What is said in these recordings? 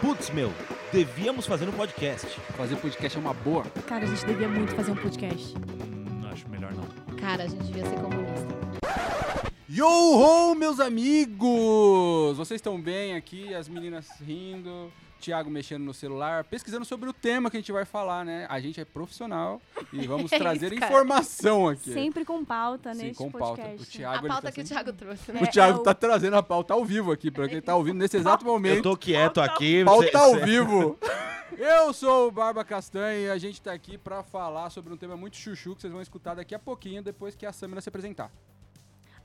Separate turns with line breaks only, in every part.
putz, meu, devíamos fazer um podcast.
Fazer podcast é uma boa.
Cara, a gente devia muito fazer um podcast.
Hum, acho melhor não.
Cara, a gente devia ser comunista.
Yo ho, meus amigos! Vocês estão bem aqui? As meninas rindo, Thiago mexendo no celular, pesquisando sobre o tema que a gente vai falar, né? A gente é profissional e vamos
É isso,
trazer
cara.
informação aqui.
Sempre com pauta
Sim,
neste
com pauta.
podcast.
O
né?
A
Thiago, ele
pauta
tá
que o
sempre-
Thiago trouxe, né?
o
É,
Thiago
é o-
tá trazendo a pauta ao vivo aqui, pra quem tá ouvindo nesse exato
Eu
momento.
tô quieto aqui. cê-
Pauta tá ao
cê-
vivo. Eu sou o Barba Castanha e a gente tá aqui pra falar sobre um tema muito chuchu que vocês vão escutar daqui a pouquinho, depois que a Samira se apresentar.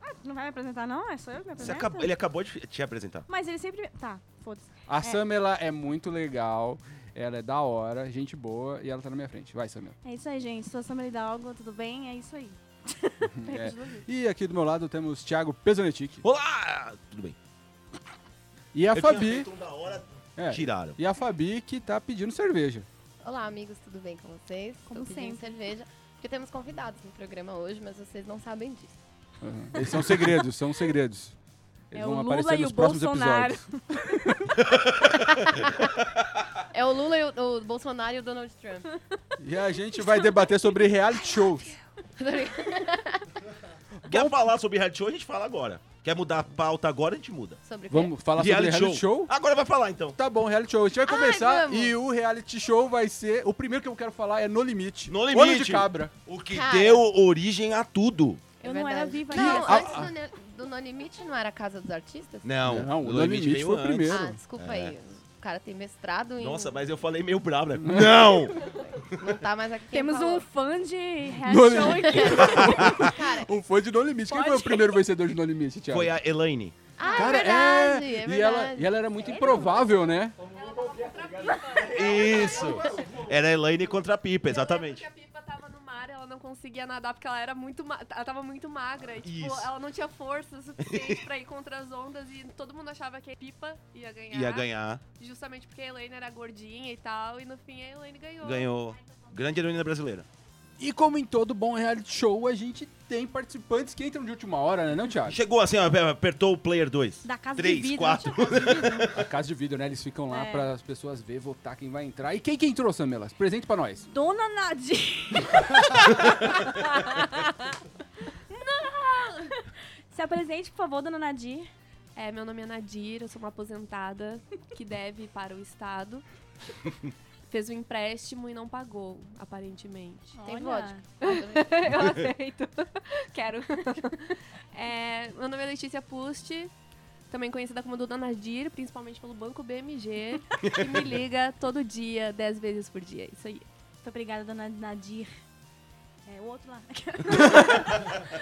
Ah, tu não vai me apresentar, não? É só eu que me
cê
apresento?
acabou- ele acabou de te apresentar.
Mas ele sempre... Tá, foda-se.
A Samela é muito legal, ela é da hora, gente boa e ela tá na minha frente. Vai, Samela.
É isso aí, gente. Sou a Samara Hidalgo, tudo bem? É isso aí.
É.
Perdi o ouvido.
E aqui do meu lado temos Thiago Pesonetic
Olá! Tudo bem.
e a
Eu tinha
Fabi.
feito um da hora,
É,
tiraram.
e a Fabi que tá pedindo cerveja.
Olá, amigos, tudo bem com vocês?
Como
Tô pedindo
sempre.
cerveja, porque temos convidados no programa hoje, mas vocês não sabem disso.
Uhum. Esses são segredos, são segredos. Eles
É
vão
o
aparecer
Lula e
nos
o
próximos
Bolsonaro.
episódios.
É o Lula, e o, o Bolsonaro e o Donald Trump.
E a gente vai debater sobre reality shows.
Quer falar sobre reality show? A gente fala agora. Quer mudar a pauta agora? A gente muda.
Sobre o quê?
Vamos falar sobre reality show?
Agora vai falar então.
Tá bom, reality show. A gente vai começar
vamos.
e o reality show vai ser. O primeiro que eu quero falar é No Limite.
No
Olho de
Limite.
cabra.
O que
Cara.
deu origem a tudo.
Eu É não era viva
É Não,
ainda.
Ah,
antes do, Ne- do No Limite não era a Casa dos Artistas?
Não,
Não, É. o
No
No Limite
veio
foi o
antes.
primeiro.
Ah, desculpa aí. O cara tem mestrado em...
Nossa, mas eu falei meio brabo, né? Não!
Não tá mais aqui. quem
Temos
falou.
um fã de
No
reality show aqui.
Cara,
Um fã de No Limite. Quem
Pode.
foi o primeiro vencedor de No Limite, Thiago?
Foi a Elaine.
ah,
Cara,
é verdade, é, verdade.
E ela, e ela era muito improvável, né?
Isso! Era a Elaine contra a Pipa, exatamente.
Eu lembro que a Pipa tava no mar, ela não conseguia nadar porque ela era muito, ma- ela tava muito magra. E, tipo,
Isso.
ela não tinha força suficiente pra ir contra as ondas e todo mundo achava que a Pipa ia ganhar.
Ia ganhar,
Justamente porque a Elaine era gordinha e tal, e no fim a Elaine ganhou.
ganhou. Grande heroína brasileira.
E como em todo bom reality show, a gente tem participantes que entram de última hora, né, não, Thiago?
Chegou assim, ó, apertou o player 2.
Da casa de
3,
vidro.
4.
A casa de vidro, né? Eles ficam lá
É.
para as pessoas ver, votar quem vai entrar. E quem que entrou, Samela? Presente pra nós.
Dona Nadir. Se apresente, por favor, Dona Nadir.
É, meu nome é Nadir, eu sou uma aposentada que deve para o Estado. Fez um empréstimo e não pagou, aparentemente.
Tem
Olha.
vodka.
Eu aceito. Quero. É, meu nome é Letícia Pusti, também conhecida como Duda Nadir, principalmente pelo Banco BMG, que me liga todo dia, 10 vezes por dia. Isso aí.
Muito obrigada, Dona Nadir. É, o outro lá.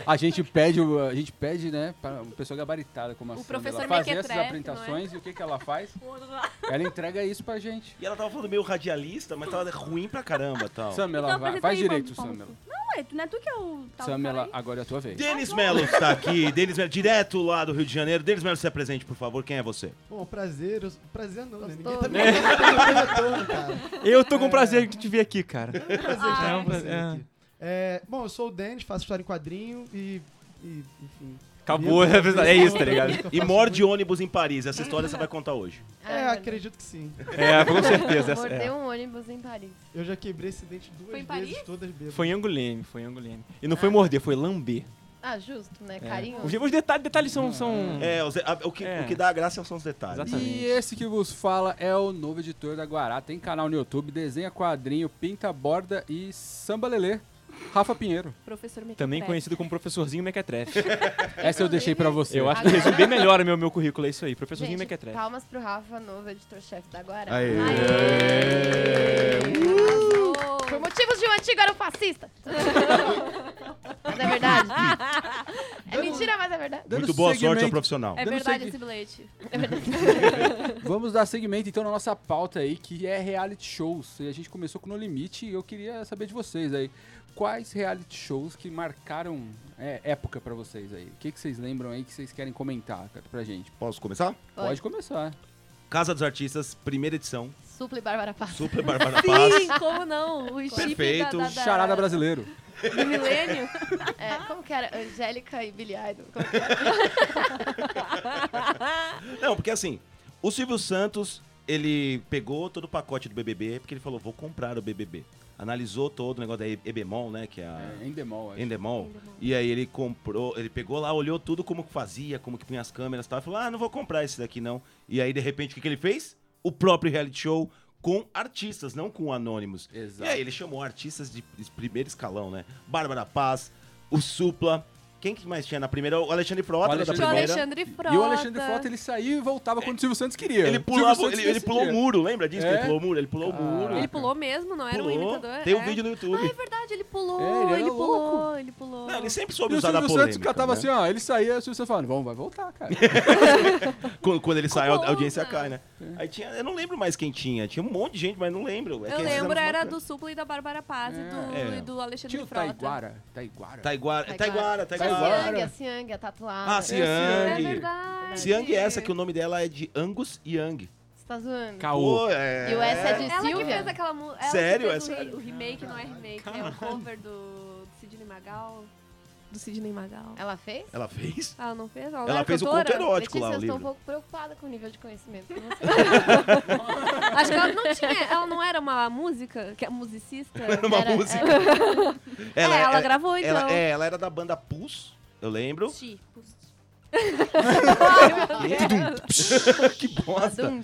A gente pede, o- a gente pede, né, para uma pessoa gabaritada como a
O
Samela
professor
fazer essas
Mequetrefe,
é?
apresentações e o que, que ela faz?
O outro lá.
Ela entrega isso pra gente.
E ela tava falando meio radialista, mas tava ruim pra caramba tal.
Então,
Samela,
Então,
vai, faz direito, Samela.
um Não, é, não é tu que é o tal
Tá,
do
Samela,
cara aí?
agora é a tua vez.
Denis Melo está aqui, Denis Melo, direto lá do Rio de Janeiro. Denis Melo, se apresente, por favor, quem é você?
Bom, prazer, eu- prazer não, né? Ninguém
Gostoso.
tá me apresentando, cara.
Eu tô com prazer de te ver aqui, cara.
É um prazer estar
é um
com vocês
prazer.
aqui. É, bom, eu sou o Denis, faço história em quadrinho e, e enfim.
Acabou, é verdade, é isso, tá ligado?
E morde ônibus em Paris, essa história você vai contar hoje.
Ah,
É, acredito que sim.
É, com certeza. essa-
Mordeu
é.
um ônibus em Paris.
Eu já quebrei esse dente duas
Foi em
vezes,
Paris?
todas bêbadas.
Foi em Anguleme, foi em Anguleme. E não foi morder, foi lamber.
Ah, justo, né?
É.
Carinho.
Os, os detalhes, detalhes são... são...
É, os- a- o, que,
É.
o que dá a graça são os detalhes.
Exatamente.
E esse que vos fala é o novo editor da Guará. Tem canal no YouTube, desenha quadrinho, pinta borda e samba lelê. Rafa Pinheiro.
Professor Mequetrefe.
Também conhecido como Professorzinho Mequetrefe.
Essa eu deixei pra você.
Eu acho que resume bem melhor o meu, meu currículo, é isso aí. Professorzinho
Gente,
Mequetrefe.
palmas pro Rafa, novo editor-chefe da Guará.
Aê.
É.
Arrasou. Por motivos de um antigo era um fascista. mas é verdade. É mentira, mas é verdade.
Dando
Muito boa sorte ao
segmento-
profissional.
É
Dando
verdade
segui-
esse bilhete.
Vamos dar segmento então na nossa pauta aí, que é reality shows. E a gente começou com No Limite e eu queria saber de vocês aí. Quais reality shows que marcaram é, época pra vocês aí? O que, que vocês lembram aí que vocês querem comentar cara, pra gente?
Posso começar?
Pode.
Pode começar.
Casa dos Artistas, primeira edição,
Supla e Bárbara Paz.
Super Bárbara Paz.
como não? O chip
Perfeito.
Tá
da, da, da,
Charada brasileiro.
do milênio.
É, como que era? Angélica e Billy Idol. Como que era?
Não, porque assim, o Silvio Santos ele pegou todo o pacote do BBB, porque ele falou, vou comprar o BBB. Analisou todo o negócio da E- Ebemol, né, que é
Ah.
a...
É, Endemol, acho.
Endemol. E aí ele comprou, ele pegou lá, olhou tudo como que fazia, como que punha as câmeras e tal, e falou, ah, não vou comprar esse daqui não. E aí, de repente, o que, que ele fez? O próprio reality show com artistas, não com anônimos.
Exato.
E aí ele chamou artistas de primeiro escalão, né? Bárbara Paz, o Supla, quem que mais tinha na primeira? O Alexandre Frota,
O
né, da
Alexandre
O
primeira.
Alexandre Frota.
E o Alexandre Frota, ele saiu e voltava quando o Silvio Santos queria.
Ele,
O
pulava-
Silvio Santos
ele, ele
decidia.
pulou o muro, lembra disso? que Ele
É?
pulou o muro, ele pulou o muro.
Ele pulou mesmo, não era um
Pulou.
imitador?
Tem um
é.
vídeo no YouTube.
Ah, é verdade, ele pulou,
É, ele
ele,
era
pulou,
louco.
ele pulou.
Não, ele sempre
E
soube
o
usar da
Silvio
polêmica.
Santos catava
né?
assim, ó, ele saía e o Silvio Santos falando, vamos, vai voltar, cara.
Quando, quando ele sai, a
Como
audiência
não?
cai, né?
É.
Aí tinha, eu não lembro mais quem tinha. Tinha um monte de gente, mas não lembro. É
Eu
que esses eram
lembro,
os
era
marcantes.
do Supla e da Bárbara Paz e, do,
É.
e do Alexandre
Tinha o
Frota.
Taiguara.
Tá,
Taiguara.
Taiguara, é Taiguara,
Taiguara.
Taiguara.
Ciang, a Ciang, a tatuada.
Ah,
É
Siang.
verdade.
Siang é essa, que o nome dela é de Angus Young.
Você tá zoando?
Caô.
Pô, é...
E o S é de
Ela que
Silvia?
fez aquela música.
Sério?
Que fez o
Essa-
re- O remake não é remake, é o cover do, do Sidney Magal. Do Sidney Magal.
Ela fez?
Ela fez?
Ela não fez? Ela, não
Ela
era
fez o
cantora?
conto erótico
Letícia,
lá, o
eu estou
livro.
um pouco preocupada com o nível de conhecimento. que você
Acho que ela não tinha. Ela não era uma música, que é musicista.
Era uma
era-
música.
é, ela gravou então.
ela- é, ela era da banda Pulse, eu lembro. que bosta.
um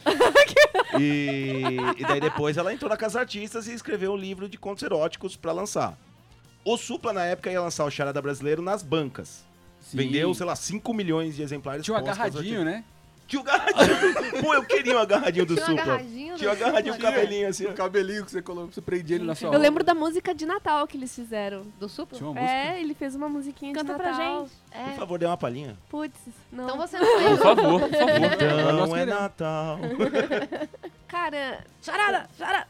E, e daí depois ela entrou na Casa Artistas e escreveu um livro de contos eróticos pra lançar. O Supla, na época, ia lançar o Charada Brasileiro nas bancas.
Sim.
Vendeu, sei lá, 5 milhões de exemplares.
Tinha um
pós-Casa
agarradinho, né?
Artistas. Tinha o agarradinho. Pô, eu queria o agarradinho do
Tinha um
Supla.
agarradinho do
Tinha o agarradinho com o
Supla?
cabelinho assim. ó.
O cabelinho que você colocou, você prendia ele na sua
Eu lembro da música de Natal que eles fizeram.
Do suplo?
Tinha uma música.
É, ele fez uma musiquinha
Canta
de
pra
Natal.
gente.
É.
Por favor, dê uma palhinha.
Putz, não.
Então você não
Por
fez.
favor, por favor.
Agora nós
Então é
queremos.
Natal.
Cara, charada, charada.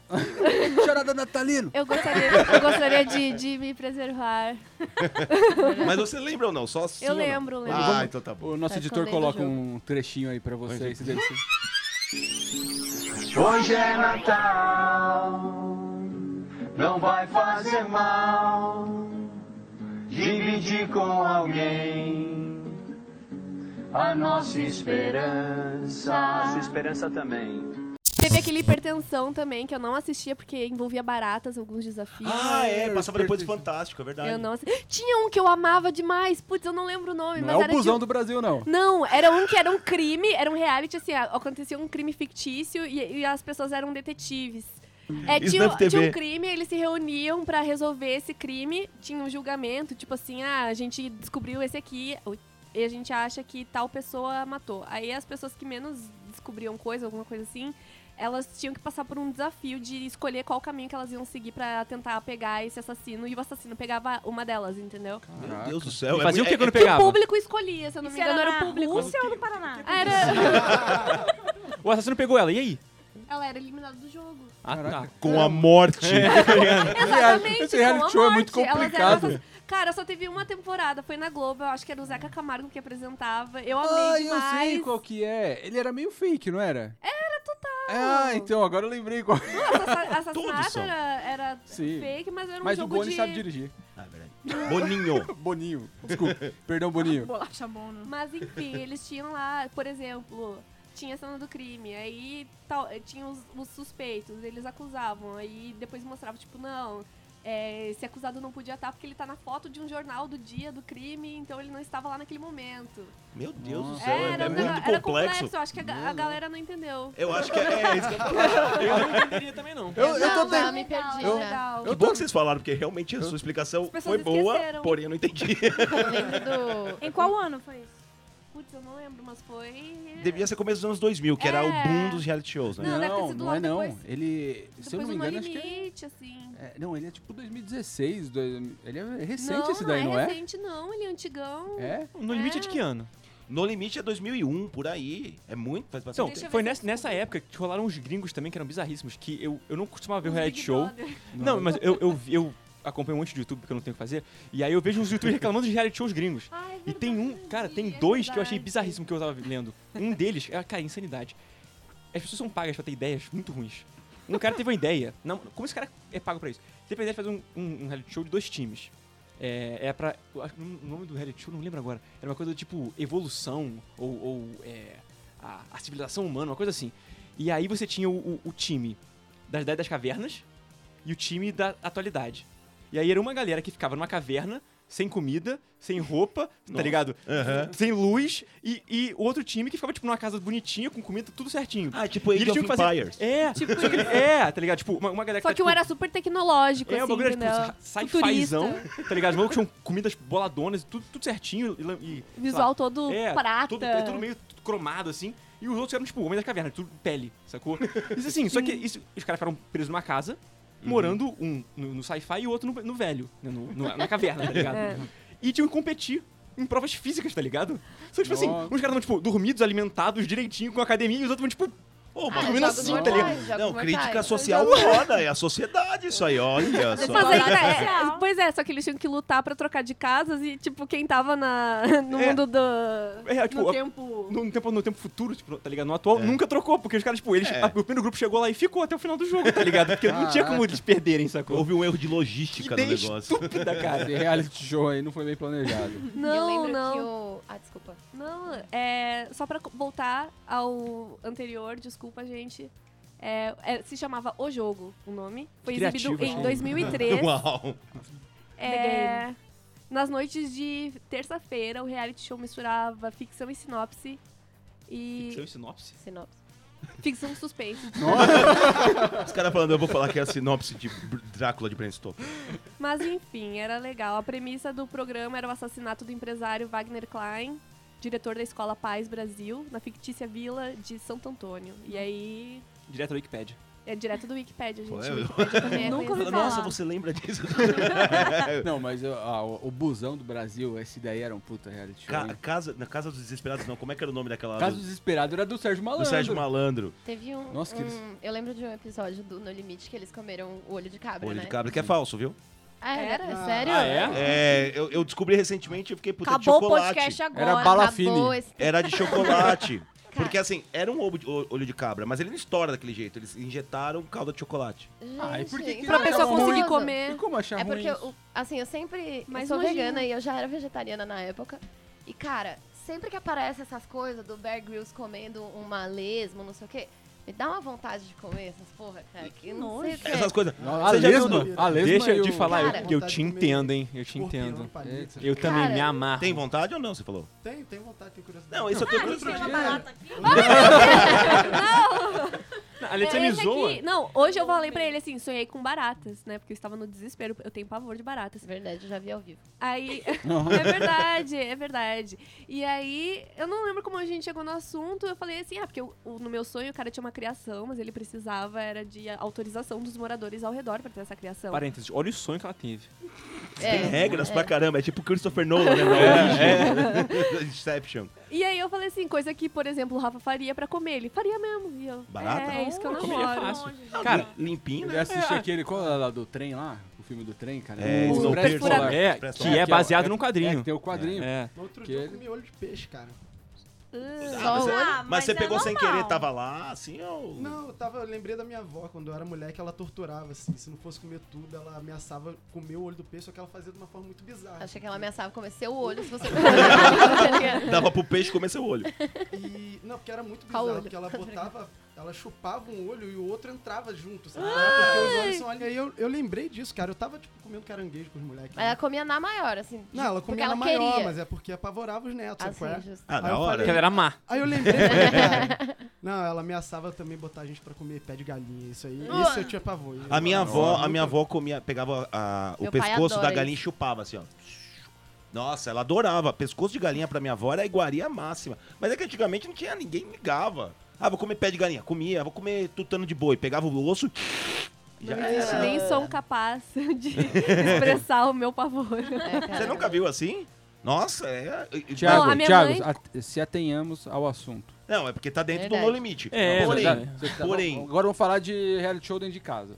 Charada natalino.
Eu gostaria, eu gostaria de, de me preservar.
Mas você lembra ou não? Só assim
Eu
ou não?
lembro, lembro.
Ah, então
É.
tá bom.
O nosso
Tá
editor
escondendo
coloca
o jogo.
um trechinho aí pra
é
vocês. se deve ser.
Hoje é Natal, não vai fazer mal dividir com alguém a nossa esperança. Nossa esperança também.
Teve aquele hipertensão também, que eu não assistia porque envolvia baratas, alguns desafios.
Ah, é. Passava depois de
Perfeito.
Fantástico, é verdade.
Eu não assi- Tinha um que eu amava demais. Putz, eu não lembro o nome,
Não
mas
é o
era
busão
tipo-
do Brasil, não.
Não, era um que era um crime, era um reality, assim, a- acontecia um crime fictício e, e as pessoas eram detetives. É,
Isso
tinha,
deve ter
tinha um
ver.
crime, eles se reuniam pra resolver esse crime, tinha um julgamento, tipo assim, ah, a gente descobriu esse aqui ui, e a gente acha que tal pessoa matou. Aí as pessoas que menos descobriam coisa, alguma coisa assim, elas tinham que passar por um desafio de escolher qual caminho que elas iam seguir pra tentar pegar esse assassino e o assassino pegava uma delas, entendeu?
Meu Deus do céu.
E
é
fazia o
mu-
que
é-
quando
é-
Que o
pegava?
público escolhia, se eu não me
Isso era
engano, era o
na
público.
Rússia ou no Paraná?
Ah, Era...
O assassino pegou ela, e aí?
Ela era eliminada do jogo.
Ah, tá.
Caraca.
Com a morte.
Exatamente.
esse
com
reality
a
show é
morte.
muito
Elas eram
complicado.
essas- Cara, só teve uma temporada, foi na Globo, eu acho que era o Zeca Camargo que apresentava. Eu amei
Ah, eu
demais.
sei qual que é. Ele era meio fake, não era? Era total. Ah, então, agora eu lembrei qual.
Assa-
Todos
Assassinato
são.
era, era
Sim.
fake, mas era um
Mas o
jogo
Boni
de...
sabe dirigir.
Ah, verdade. Boninho.
Boninho. Desculpa. Perdão, Boninho.
Bolacha bono.
Mas enfim, eles tinham lá, por exemplo, tinha a cena do crime, aí tal, eh, tinha os, os suspeitos, eles acusavam, aí depois mostrava, tipo, não, é, esse acusado não podia estar porque ele tá na foto de um jornal do dia do crime, então ele não estava lá naquele momento.
Meu Deus do
Nossa.
céu, é,
era,
é
um
muito
negócio- era
complexo.
eu acho que a, ga- a galera não entendeu.
Eu acho que é, é isso que eu falo.
Eu não entenderia também, não.
Eu, eu tô
Não,
tentando.
não, me perdi
Eu-
já.
Legal.
Que
Eu
bom
tô-
que vocês falaram, porque realmente a sua explicação
pessoas
foi boa,
esqueceram.
porém eu não entendi.
Eu lembro do.
Em qual ano foi isso?
Putz, eu não lembro, mas foi...
Devia ser começo dos anos 2000, que era o
É.
boom dos reality shows, né?
Não, deve ter
Não,
sido
não
logo
é não.
depois.
Ele, se eu
Depois um
não me
do No
engano, acho que é...
Limite, assim...
é- Não, ele é tipo 2016. dois- Ele é recente
não,
esse daí,
não
não
é
é?
recente, não. Ele é antigão.
É?
No limite de que ano?
No Limite é 2001, por aí. É muito, faz
Então,
bastante
Deixa eu ver
foi
se eu
nessa, nessa época que rolaram uns gringos também que eram bizarríssimos, que eu, eu não costumava ver o reality
Big
show.
Brother.
Não, mas eu, eu, eu acompanho um monte de YouTube porque eu não tenho o que fazer, e aí eu vejo uns YouTube reclamando de reality shows gringos.
Ah, é
E tem um,
verdade,
cara, tem
é
dois que eu achei
verdade.
bizarríssimo que eu tava lendo. Um deles, é, cara, insanidade. As pessoas são pagas pra ter ideias muito ruins. Um cara teve uma ideia. Não, como esse cara é pago pra isso? Teve a ideia de fazer um, um- um reality show de dois times. É, é pra. eu acho que O nome do reality show, não lembro agora. Era uma coisa do tipo evolução ou, ou, é, a, a civilização humana, uma coisa assim. E aí você tinha o, o- o time das Idade das Cavernas e o time da atualidade. E aí era uma galera que ficava numa caverna, sem comida, sem roupa, tá
Nossa.
ligado?
Aham.
Sem luz, e, e outro time que ficava, tipo, numa casa bonitinha, com comida, tudo certinho.
Ah, tipo
E
Age
eles
of
tinham que fazer-
Empires.
É, só que ele- é, tá ligado? Tipo, uma, uma galera
Tipo Só
tá,
que um
tipo,
era super tecnológico,
é,
assim,
o bagulho
entendeu?
era, tipo,
Futurista.
sci-fizão, tá ligado? Os malucos tinham comidas boladonas, tudo, tudo certinho. E, lan- e, sei lá,
Visual todo
é,
prata.
Tudo, é tudo meio cromado, assim. E os outros eram, tipo, homem da caverna, tudo pele, sacou? Isso assim, só que isso- os caras ficaram presos numa casa, morando um no, no sci-fi e o outro no, no velho, né, no- no- na caverna, tá ligado?
É.
E tinham que competir em provas físicas, tá ligado? Só, tipo assim,
Nossa.
uns caras estavam, tipo, dormidos, alimentados, direito com academia, e os outros estavam, tipo,
Pô,
Ah,
mas
Dormindo
jogos
assim,
mortais,
tá ligado?
jogos
Não, crítica
mortais.
social
Jogos-
foda, é a sociedade isso aí, olha só.
Mas aí,
Social.
é, é, pois é, só que eles tinham que lutar pra trocar de casas e, tipo, quem tava na, no
É.
mundo do.
É, tipo,
no
a-
tempo.
no tempo, no tempo futuro, tipo, tá ligado? No atual,
É.
nunca trocou, porque os caras, tipo, eles,
É.
a- o primeiro grupo chegou lá e ficou até o final do jogo, tá ligado? Porque não tinha como eles perderem, sacou?
Houve um erro de logística no
ideia
negócio.
estúpida, cara.
Esse reality show aí não foi bem planejado.
eu
Não,
lembro
não.
que o... Ah, desculpa.
Não, é. Só pra co- voltar ao anterior, desculpa, gente. É, é, se chamava O Jogo, o nome. Foi exibido
Criativo, assim.
em
achei.
2003.
Uau.
é, nas noites de terça-feira, o reality show misturava ficção e sinopse. E.
Ficção e um sinopse?
Sinopse.
Ficção e suspense.
Os caras falando, eu vou falar que é a sinopse de Br- Drácula de Bram Stoker.
Mas enfim, era legal. A premissa do programa era o assassinato do empresário Wagner Klein, diretor da escola Paz Brasil, na fictícia vila de Santo Antônio. E aí.
Direto da Wikipedia.
É direto do Wikipedia, gente.
Pô, é?
Wikipedia também é
Nunca ouvi
conhecido.
Nossa, você lembra disso?
não, mas ó, ah, o, o busão do Brasil, esse daí era um puta reality show.
Ca-
hein?
casa, na Casa dos Desesperados, não. Como é que era o nome daquela?
Caso
do,
Desesperado era do Sérgio
do
Malandro.
Sérgio Malandro.
Teve um.
Nossa, que
um-
eles-
Eu lembro de um episódio do No Limite que eles comeram o olho de cabra,
Olho
né?
de cabra, que é falso, viu?
Ah, era?
Era?
Sério?
Ah, é?
É, eu, eu descobri recentemente, eu fiquei puta de
Acabou o
chocolate.
podcast agora.
Era bala
acabou
fine.
esse...
Era de chocolate. Porque assim, era um ovo de- o- olho de cabra, mas ele não estoura daquele jeito. Eles injetaram calda de chocolate.
Ah, e por que
Gente,
que
Pra
Não,
pessoa
não,
conseguir
não.
E
comer.
como
Tá
achar
É
ruim
porque,
isso?
eu- assim, eu sempre.
Mas
eu sou
imagina.
vegana e eu já era vegetariana na época. E, cara, sempre que aparece essas coisas do Bear Grylls comendo uma lesma, não sei o quê, me dá uma vontade de comer essas porra, cara. Que não sei o que. é.
Essas coisas.
Não, a
Você já viu
lesma,
no-
a lesma
Deixa
e
de
o-
falar, Ah, eu-
Cara.
eu, te entendo, hein? Eu te entendo. Eu também
Cara.
me amarro.
Tem vontade ou não? Você falou.
Tem, tem vontade, tem curiosidade.
Não, isso eu tenho
uma
curiosidade.
barata
aqui.
A Letícia
É,
me
esse
zoa.
aqui- Não, hoje eu falei pra ele assim, sonhei com baratas, né? Porque eu estava no desespero, eu tenho pavor de baratas.
Verdade, eu já vi ao vivo.
Aí. é verdade, é verdade. E aí, eu não lembro como a gente chegou no assunto. Eu falei assim, ah, porque o- o- no meu sonho o cara tinha uma criação, mas ele precisava era de autorização dos moradores ao redor pra ter essa criação.
Parênteses, olha o sonho que ela teve.
Tem regras
é.
pra caramba. É tipo Christopher Nolan, né? É, é. Inception.
E aí eu falei assim, coisa que, por exemplo, o Rafa faria pra comer. Ele faria mesmo. E eu,
Barata?
É, isso que eu
Comer é
namoro.
fácil. Cara,
limpinho,
Eu
né?
assisti aquele, qual era lá do trem lá? O filme do trem, cara?
É,
O
Snowpiercer.
Expresso Polar.
é,
Expresso
que
Polar.
é baseado num
É, que
quadrinho.
tem o quadrinho.
É.
No outro
Que
dia eu
ele-
comi olho de peixe, cara.
Ah, mas, você-
Ah,
mas você
é
pegou sem
normal.
querer, tava lá, assim, ou...
Não, eu, tava, eu lembrei da minha avó, quando eu era moleque, ela torturava, assim. Se não fosse comer tudo, ela ameaçava comer o olho do peixe, só que ela fazia de uma forma muito bizarra.
Achei que ela ameaçava comer seu olho se você comer.
Dava pro peixe comer seu olho.
E. Não, porque era muito
Qual
bizarro,
olho?
porque ela botava. Ela chupava um olho e o outro entrava junto,
Ah!
sabe? Porque os olhos são ali. Aí eu, eu lembrei disso, cara. Eu tava, tipo, comendo caranguejo com os moleques. né?
Mas ela comia na maior, assim.
Não, ela
porque
comia na
ela
maior,
queria.
mas é porque apavorava os netos, sabe
Assim,
qual é?
justo.
Ah,
Aí
da
eu
hora.
Que ela era má.
Aí eu lembrei, falei, cara. Não, ela ameaçava também botar a gente pra comer pé de galinha, isso aí. Isso eu tinha pavor.
A minha avó, a minha avó comia, pegava a- o
Meu pai
pescoço da
adora
galinha
isso.
e chupava assim, ó. Nossa, ela adorava. Pescoço de galinha pra minha avó era a iguaria máxima. Mas é que antigamente não tinha ninguém ligava. Ah, vou comer pé de galinha. Comia, vou comer tutano de boi. Pegava o osso. Já
Não
era.
existe, nem sou um capaz de expressar o meu pavor.
É, cara.
Você nunca viu assim? Nossa, é.
Tiago,
Não, a minha
Tiago,
mãe-
at- se atenhamos ao assunto.
Não, é porque tá dentro do
Verdade.
No Limite.
É,
porém,
verdade.
tá
porém,
Agora vamos falar de reality show dentro de casa.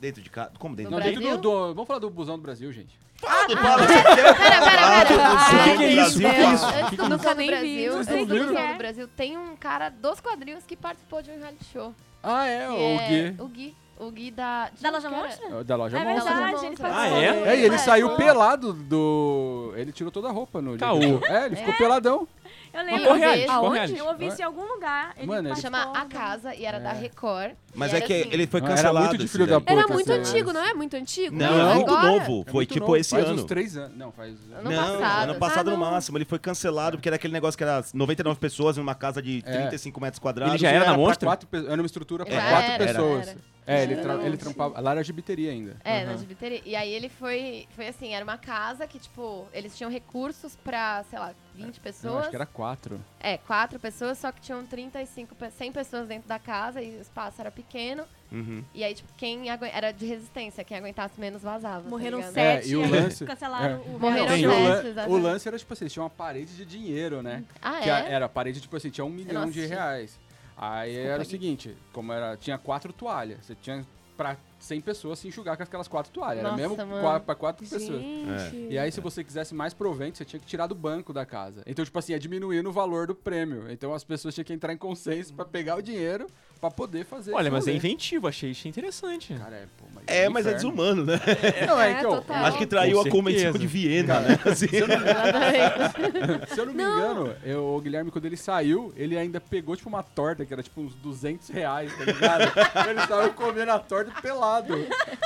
dentro de casa. Como dentro
Não,
de
Brasil?
dentro do, do- Vamos falar do busão do Brasil, gente.
Fala, fala, você quer
Pera, pera, pera.
falar
Ai,
do
meu
Brasil?
Deus.
Fala.
Antes do
Nunca
Nunca
nem
nem
vi. né?
Brasil,
Vocês
antes do
não viram?
Museu do Brasil, tem um cara dos quadrinhos que participou de um reality show.
Ah, é,
que
o
é
Gui.
O Gui. O Gui da...
Da loja
Cara,
Monstro?
é o Da loja
É
Monstro.
verdade,
Monstro.
ele
Ah,
participou
é?
do-
É, e ele
Mas
saiu
foi-
pelado do. Ele tirou toda a roupa no. dia
Caô.
do show. É, ele ficou peladão.
Eu
Mas
lembro.
corre reais,
vejo-
corre
Eu ouvi isso em algum lugar. Ele
Mano, ele-
Chama A
participou,
Casa e era da
É.
Record.
Mas
E
é
era
que
assim,
ele foi
Não, era
cancelado.
muito de
esse
filho da
daí.
puta.
Era
Pô,
muito
Cassiano.
antigo, não é? Muito antigo?
Não,
Não,
é muito
agora?
novo. Foi
muito
tipo
novo,
esse
faz
ano.
uns três anos. Não, faz.
Ano
Não, um
passado.
ano passado
Ah,
no
não.
máximo. Ele foi cancelado porque era aquele negócio que era 99 pessoas numa casa de
É.
35 metros quadrados.
Ele já era na
pra
monstra?
quatro pe- Era uma estrutura pra
Já
quatro
era,
pessoas.
era.
É, ele,
Era
tra-
um
ele
monte.
trampava. Lá era gibiteria ainda.
É,
Aham.
na gibiteria. E aí ele foi, foi assim, era uma casa que, tipo, eles tinham recursos pra, sei lá, 20
Não,
pessoas.
É, acho que era quatro.
É, quatro pessoas, só que tinham 35, pe- 100 pessoas dentro da casa e o espaço era pequeno.
Uhum.
E aí, tipo, quem agu- era de resistência, quem aguentasse menos vazava. tá
Morreram
ligado?
É,
sete.
e o
aí
lance-
Cancelaram o
Morreram
reality
E
Tem.
o,
sete.
show.
lan-
exatamente.
o lance era, tipo assim, tinha uma parede de dinheiro, né?
Ah,
que a-
é?
era a parede, tipo assim, tinha um milhão de
assisti.
reais. Aí
Desculpa
era o
aí.
seguinte, como era, tinha quatro toalhas. Você tinha pra 100 pessoas se enxugar com aquelas quatro toalhas.
Nossa,
era mesmo
mano.
qua- pra quatro pessoas. É.
Gente.
E aí, se você quisesse mais provento, você tinha que tirar do banco da casa. Então, tipo assim, é diminuindo o valor do prêmio. Então, as pessoas tinham que entrar em consenso pra pegar o dinheiro pra poder fazer
Olha,
esse
mas é
rolê.
inventivo, achei, achei interessante.
Cara, é, pô, mas
É, mas é
inferno.
desumano, né?
Não, é,
É,
então,
total.
Acho que traiu
Com
a convenção
certeza.
de Viena, né? Assim.
Se eu não me engano, eu- o Guilherme, quando ele saiu, ele ainda pegou, tipo, uma torta que era, tipo, uns 200 reais, tá ligado? ele estava comendo a torta pelado.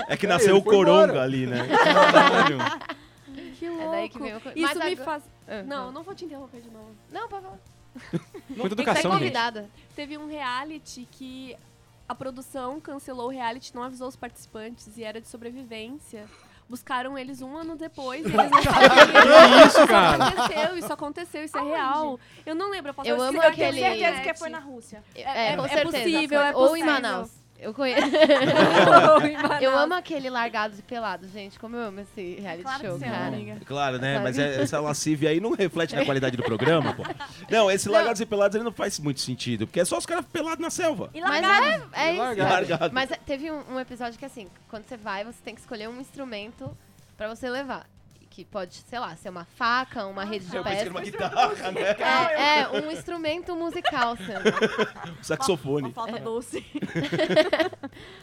É que
É,
nasceu
ele
o
foi
coronga
embora.
ali, né?
Que louco.
É daí que veio o co-
Isso
Mas
me
agora-
faz...
é.
Ah,
Não, não vou te interromper de novo.
Não, pode
Ah,
falar.
Muita
Tem que ser
educação, gente.
convidada.
Teve um reality que a produção cancelou o reality, não avisou os participantes e era de sobrevivência. Buscaram eles um ano depois e eles não sabiam. isso,
cara?
aconteceu, isso aconteceu, isso é real. Eu não lembro, eu posso
Eu amo
pesquisar
Eu
aquele-
tenho
depois na
certeza que
internet.
foi na Rússia.
É,
é
com certeza.
possível, é
Ou em
possível.
Manaus. Eu conheço. Eu amo aquele largados e pelados, gente. Como eu amo esse reality
Claro que
show,
você é,
cara.
amiga.
Claro, né?
Sabe?
Mas é- essa lascívia aí não reflete na qualidade do programa, pô. Não, esse Largados e Pelados ele não faz muito sentido, porque é só os caras pelados na selva.
E
Mas
largaram.
é, é
E
isso.
largado.
sabe?
E largado.
Mas é, teve um, um episódio que, assim, quando você vai, você tem que escolher um instrumento pra você levar. Que pode, sei lá, ser uma faca, uma rede de
Eu pensei
pesca.
numa guitarra, né?
É, é, um instrumento musical, Sandra.
Saxofone.
Uma falta doce.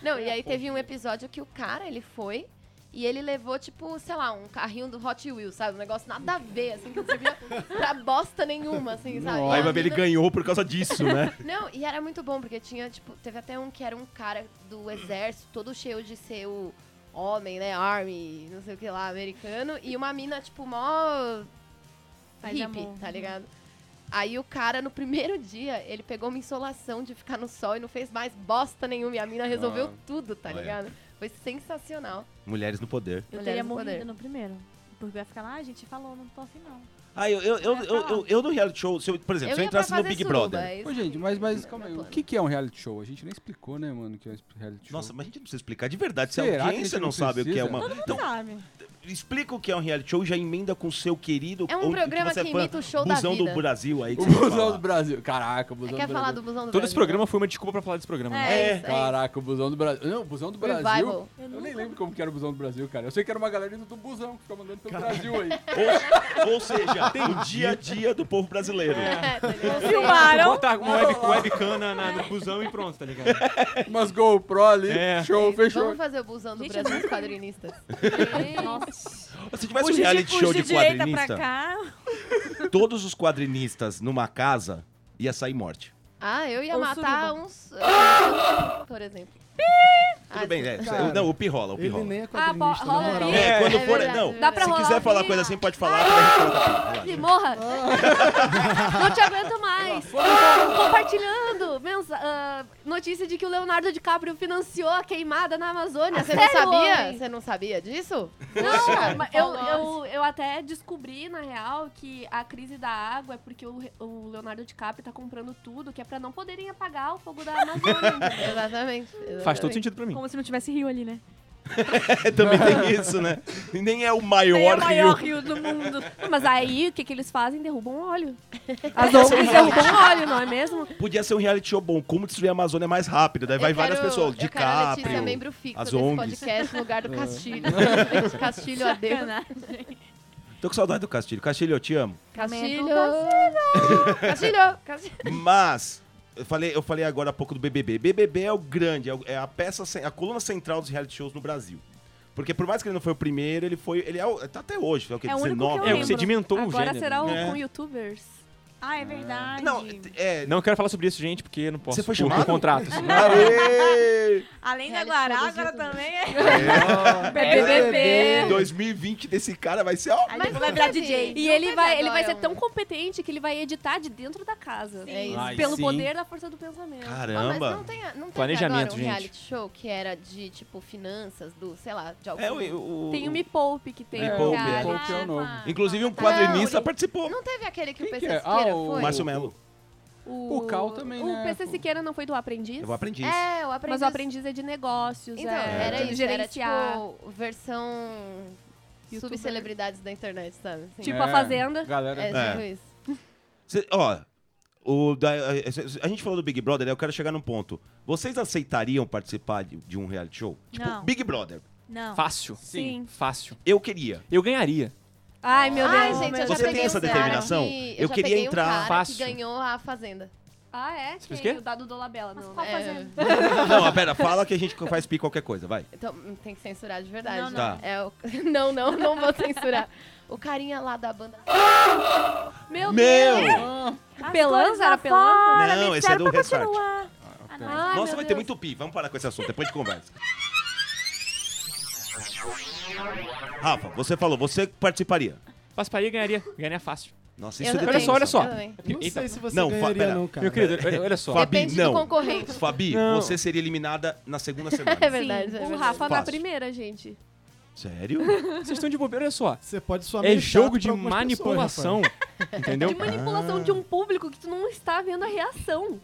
Não,
É
e aí teve um episódio que o cara, ele foi e ele levou, tipo, sei lá, um carrinho do Hot Wheels, sabe? Um negócio nada a ver, assim, que não servia pra bosta nenhuma, assim, sabe? E
Aí
a
vai ver, ele
mina-
ganhou por causa disso, né?
Não, e era muito bom, porque tinha, tipo, teve até um que era um cara do exército, todo cheio de ser o homem, né? Army, não sei o que lá, americano, e uma mina, tipo, mó
Faz
hippie,
amor.
tá ligado? Aí o cara, no primeiro dia, ele pegou uma insolação de ficar no sol e não fez mais bosta nenhuma. E a mina resolveu
Ah.
tudo, tá
Olha.
ligado? Foi sensacional.
Mulheres no poder.
Eu
Mulheres
teria
no
morrido
poder.
no primeiro. Porque ia ficar lá, a gente falou, não tô afim não.
Ah, eu, eu, eu, eu, eu- eu no reality show, se eu, por exemplo, se eu
ia pra
entrasse no
fazer
Big
suruba,
Brother.
é isso.
Ô, gente, mas, mas
Não,
calma aí,
meu
o
plano.
que, que é um reality show? A gente nem explicou, né, mano, o que é um reality show.
Nossa, mas a gente não precisa explicar de verdade. Se a
Será que a
audiência
gente
não
não
sabe o que é
precisa?
uma.
Todo mundo
Então,
sabe.
explica o que é um reality show e já emenda com o seu querido.
É um
ou-
programa
você
que
é fã,
imita o show da
Busão
vida.
do Brasil aí. que
O
você vai falar.
Busão do Brasil. Caraca, o Busão
Quer
do
falar
Brasil.
do busão do
Todo esse
Brasil, né?
programa foi uma desculpa pra falar desse programa. né?
É,
É.
isso, é
Caraca, o Busão do Brasil. Não, o Busão do Brasil.
Revival.
Eu
Eu
nunca
nem lembro como que era o Busão do Brasil, cara. Eu sei que era uma galera do Busão que ficava andando pelo Brasil aí.
Ou, ou seja, tem o dia a dia do povo brasileiro.
É, tá ligado?
Tu
Filmaram.
Bota uma um web, webcam na, na- no busão e pronto, tá ligado?
Umas GoPro ali,
É.
show, fechou.
Vamos fazer o busão do
Gente,
é
Brasil
eu
dos quadrinistas.
Nossa.
Se tivesse um
Puxa de-
reality
puxa
show de
direita pra
quadrinista,
cá.
todos os quadrinistas numa casa ia sair morte.
Ah, eu ia
Ou
matar
suruba.
uns. eh, Por exemplo.
Ah!
Ah,
Tudo bem, é,
Cara,
não, o Pirrola, o
Ele
Pirrola.
nem é
Ah, bo-
quadrinista, na
rola
moral.
o
É, quando
É
for.
verdade,
não,
Dá um
pra
se
rolar
quiser
o
falar
pi.
coisa assim, pode falar. que a gente coloca o pi.
Ah!
Relaxa.
Que morra! Não te aguento mais! Compartilhando mensa- ah, notícia de que o Leonardo DiCaprio financiou a queimada na Amazônia.
Você não
Sério,
sabia?
homem?
Você não sabia disso? Ah,
Não, mas eu,
Nossa.
eu, eu até descobri, na real, que a crise da água é porque o, Re- o Leonardo DiCaprio tá comprando tudo, que é pra não poderem apagar o fogo da Amazônia. entendeu?
Exatamente.
Faz todo
exatamente.
sentido pra mim.
Como se não tivesse rio ali, né?
É, também tem isso, né? E Nem é o maior,
Tem o maior
rio.
rio do mundo.
Não, Mas aí, o que, que eles fazem? Derrubam óleo. As ONGs derrubam óleo, não é mesmo?
Podia ser um reality show bom. Como destruir a Amazônia é mais rápido. Daí vai
Eu
várias
quero-
pessoas.
Eu quero a Letícia,
DiCaprio.
membro fixo
as
desse
ONGs. É.
podcast, no lugar do Castilho. Castilho, adeus.
Tô com saudade do Castilho. Castilho, eu te amo.
Castilho.
Castilho. Castilho.
Mas, eu falei, eu falei agora há pouco do BBB. BBB é o grande, é o- é a peça, ce- a coluna central dos reality shows no Brasil. Porque por mais que ele não foi o primeiro, ele foi, ele é o, tá até hoje, é o que,
É o único que eu
19?
É, o que
lembro.
sedimentou o
Agora
gênero.
será o,
É.
com youtubers.
Ah, é verdade.
Não, é.
Não quero falar sobre isso, gente, porque não posso.
Você foi
por- por
chamado?
contrato.
Aê!
Além da
Reality
Guará,
show do
agora
Gil
também é.
É.
BBB.
2020 desse cara vai ser ó.
Aí
Mas
depois vai virar
Tá
assim,
DJ.
E
Não
ele
faz
vai,
agora
ele vai ser
um-
tão competente que ele vai editar de dentro da casa.
É isso.
Ai,
Pelo
sim.
poder da força do pensamento.
Ah, mas
Caramba!
não tem, não tem
Planejamento,
agora um
gente.
reality show que era de, tipo, finanças, do, sei lá, de algum...
É, o, o-
Tem o Me Poupe que tem.
Me
um
Poupe,
cara.
Qual que é o novo?
Inclusive um
Não,
quadrinista
ele-
participou.
Não teve aquele que
Quem
o
que
PC
é? Ah, o-
Siqueira foi?
Márcio Melo.
O Cal também,
O
né?
PC Siqueira não foi do Aprendiz?
Eu aprendi isso.
É, o aprendiz...
Mas o Aprendiz é de negócios,
Então,
é,
era
de
isso,
gerenciar.
era tipo versão
Youtuber.
subcelebridades da internet, sabe? Assim,
Tipo a Fazenda.
Galera.
é,
É.
tipo isso.
Cê- ó, o da- é, a, a- a gente falou do Big Brother, né? eu quero chegar num ponto. Vocês aceitariam participar de, de um reality show? Tipo,
Não.
Big Brother.
Não.
Fácil.
Sim.
Fácil.
Eu queria.
Eu ganharia.
Ai, meu Deus.
Ai, gente, eu já
Você tem
peguei
essa
um cara
determinação?
que-
Eu
já
queria
peguei
entrar
um cara que
fácil.
ganhou a Fazenda.
Ah, é?
Você fez
Quem?
o quê?
O dado do Labela. Não. né?
Qual
É.
fazenda?
não, pera, fala que a gente faz pi qualquer coisa, vai.
Então, tem que censurar de verdade.
Não,
né?
não. Tá.
É o- não, não, não vou censurar. O carinha lá da banda.
Meu
Meu!
As
Pelanza?
cores lá
Era Pelanza?
fora,
Não, esse
me
é
disseram
do
pra
Restart.
continuar. Ah, não,
Ai,
Nossa,
meu
vai ter
Deus.
muito pi. Vamos parar com esse assunto, depois de conversa. Rafa, você falou, você participaria.
Participaria e ganharia. Ganharia fácil.
Nossa,
Eu
isso é
também,
Olha só, olha
eu
determinação.
só.
também.
Não
Eita.
sei se você
É, Não, fa-
ganharia
pera.
não, cara. né?
Meu querido, olha, olha só.
Fabi,
Depende
não.
do concorrente.
Fabi,
Não.
você seria eliminada na segunda semana.
É verdade. é
O
verdade.
Rafa na
Fácil.
primeira, gente.
Sério?
Vocês estão de bobeira, olha só.
Você pode soar
É
meio
jogo
chato
de
pra algumas
manipulação.
pessoas,
Entendeu?
De manipulação de um público que tu não está vendo a reação.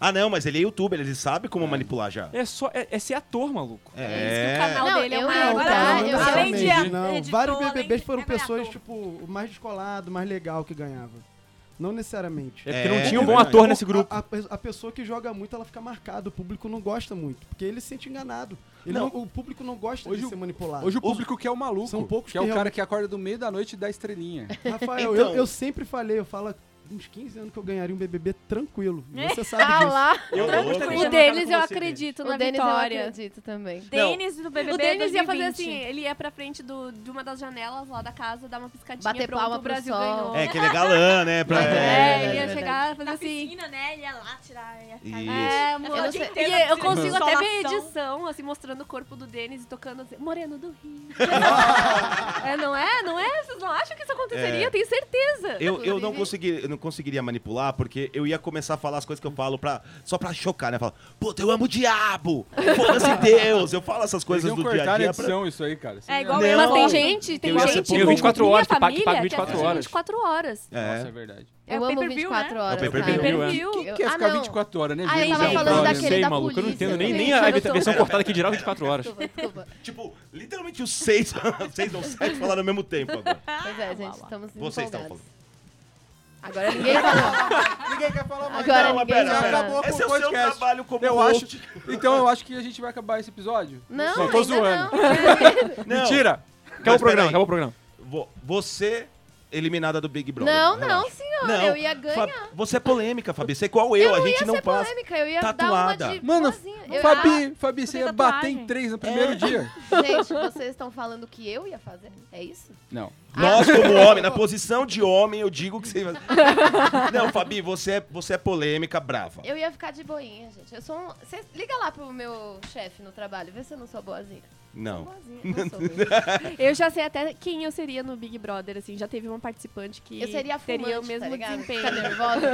Ah, não, mas ele é youtuber, ele sabe como manipular já.
É só. É, é ser ator, maluco.
É.
O canal
Não,
dele é
eu
uma
ia
Rafa.
Agora,
Não,
entrar,
arte.
eu-
não,
além
não,
de
não,
a- né?
não.
editor,
Vários
além
BBBs
de-
foram
é, ganhador.
pessoas, tipo, o mais descolado, o mais legal que ganhava. Não necessariamente.
É porque não
É,
tinha um
é
bom
verdade.
ator nesse grupo.
A, a- a pessoa que joga muito, ela fica marcada. O público não gosta muito, porque ele se sente enganado. Ele
Não.
não- o público não gosta
Hoje
de
o-
ser manipulado.
Hoje o público quer o maluco.
Ah, São poucos
que é o
que
cara
realmente-
que acorda do meio da noite e dá estrelinha.
Rafael,
Então.
eu, eu sempre falei, eu falo há uns 15 anos que eu ganharia um BBB tranquilo. Você sabe
Ah
disso.
lá.
Eu
Tranquilo.
O Denis, eu acredito
O
na
Denis é eu
vitória.
acredito também.
Denis do BBB
O Denis ia
2020.
fazer assim, ele ia pra frente do- de uma das janelas lá da casa, dar uma piscadinha,
Bater
pronto,
palma
o
pro
Brasil
sol.
ganhou.
É, que ele é galã, né? Pra...
É,
É, ele
é
ia
verdade.
chegar e fazer
Na
assim.
piscina, né? Ele ia lá tirar... Ia ficar...
Isso.
É,
Eu
amor.
não sei.
E eu consigo até ver
Insolação.
edição, assim, mostrando o corpo do Denis e tocando assim, Moreno do Rio. é, não é? Não é? Vocês não acham que isso aconteceria?
É.
Tenho certeza.
Eu, eu, não
Inclusive-
consegui, eu não conseguiria manipular, porque eu ia começar a falar as coisas que eu falo pra, só pra chocar, né? Falar, puta, eu amo o diabo! Foda-se Deus! Eu falo essas coisas
Eles iam
do dia a
cortar
dia.
a
Pra...
edição um isso aí, cara. Isso
É
aí
igual
Não.
eu.
Mas tem
Não.
gente, tem
Eu ia
gente
ser
com
24
minha
horas, tu paga-
família
paga
que
24
assiste
horas.
24 horas.
Nossa, é
É.
verdade.
É
Eu
o
amo
pay-per-view,
24
né?
É o
horas.
pay-per-view,
cara.
é.
Viu?
Quem
Ah, Eu-
quer
ah,
ficar
não.
24 horas, né?
Ah, eu
gente?
tava
Não,
falando
não,
eu
daquele
sei,
da
maluco. Eu não
polícia
entendo nem,
também.
nem a, a
Eu tô-
versão cortada que girava 24 horas.
Desculpa, desculpa.
Tipo, literalmente os seis, seis ou sete falaram ao mesmo tempo agora.
Pois é, gente, estamos
Vocês estavam
empolgados.
falando.
Agora ninguém falou.
Ninguém quer falar mais.
Agora
não,
ninguém
mas
já
já
fala.
acabou
Esse é
com o
o seu
podcast.
trabalho como
Eu
host.
acho. Então eu acho que a gente vai acabar esse episódio.
Não,
Só tô
ainda
zoando.
não.
Não,
Mentira!
Mas
Acabou o programa,
peraí.
acabou o programa.
vo- Você, eliminada do Big Brother.
Não,
relaxa.
não, senhor.
Não,
eu ia ganhar.
Fa- Você é polêmica, Fabi. Você é igual eu,
eu
a
não
gente
ia
não
ser
passa.
polêmica, eu ia dar uma
Tatuada.
de
Mano,
boazinha. Eu-
Fabi, Fabi, você
porque
ia bater
tatuagem.
em três no
É.
primeiro dia.
Ah, gente, vocês estão falando que eu ia fazer? É isso?
Não.
Nós,
Ah.
como homem, na posição de homem, eu digo que você. Não, Fabi, você é, você é polêmica, brava.
Eu ia ficar de boinha, gente. Eu sou um... Cê- Liga lá pro meu chefe no trabalho, vê se eu não sou boazinha.
Não.
Boazinha, não sou. mesmo.
Eu já sei até quem eu seria no Big Brother, assim. Já teve uma participante que
Eu seria fumante,
teria o
tá
mesmo
ligado? Fica
desempenho.
nervosa.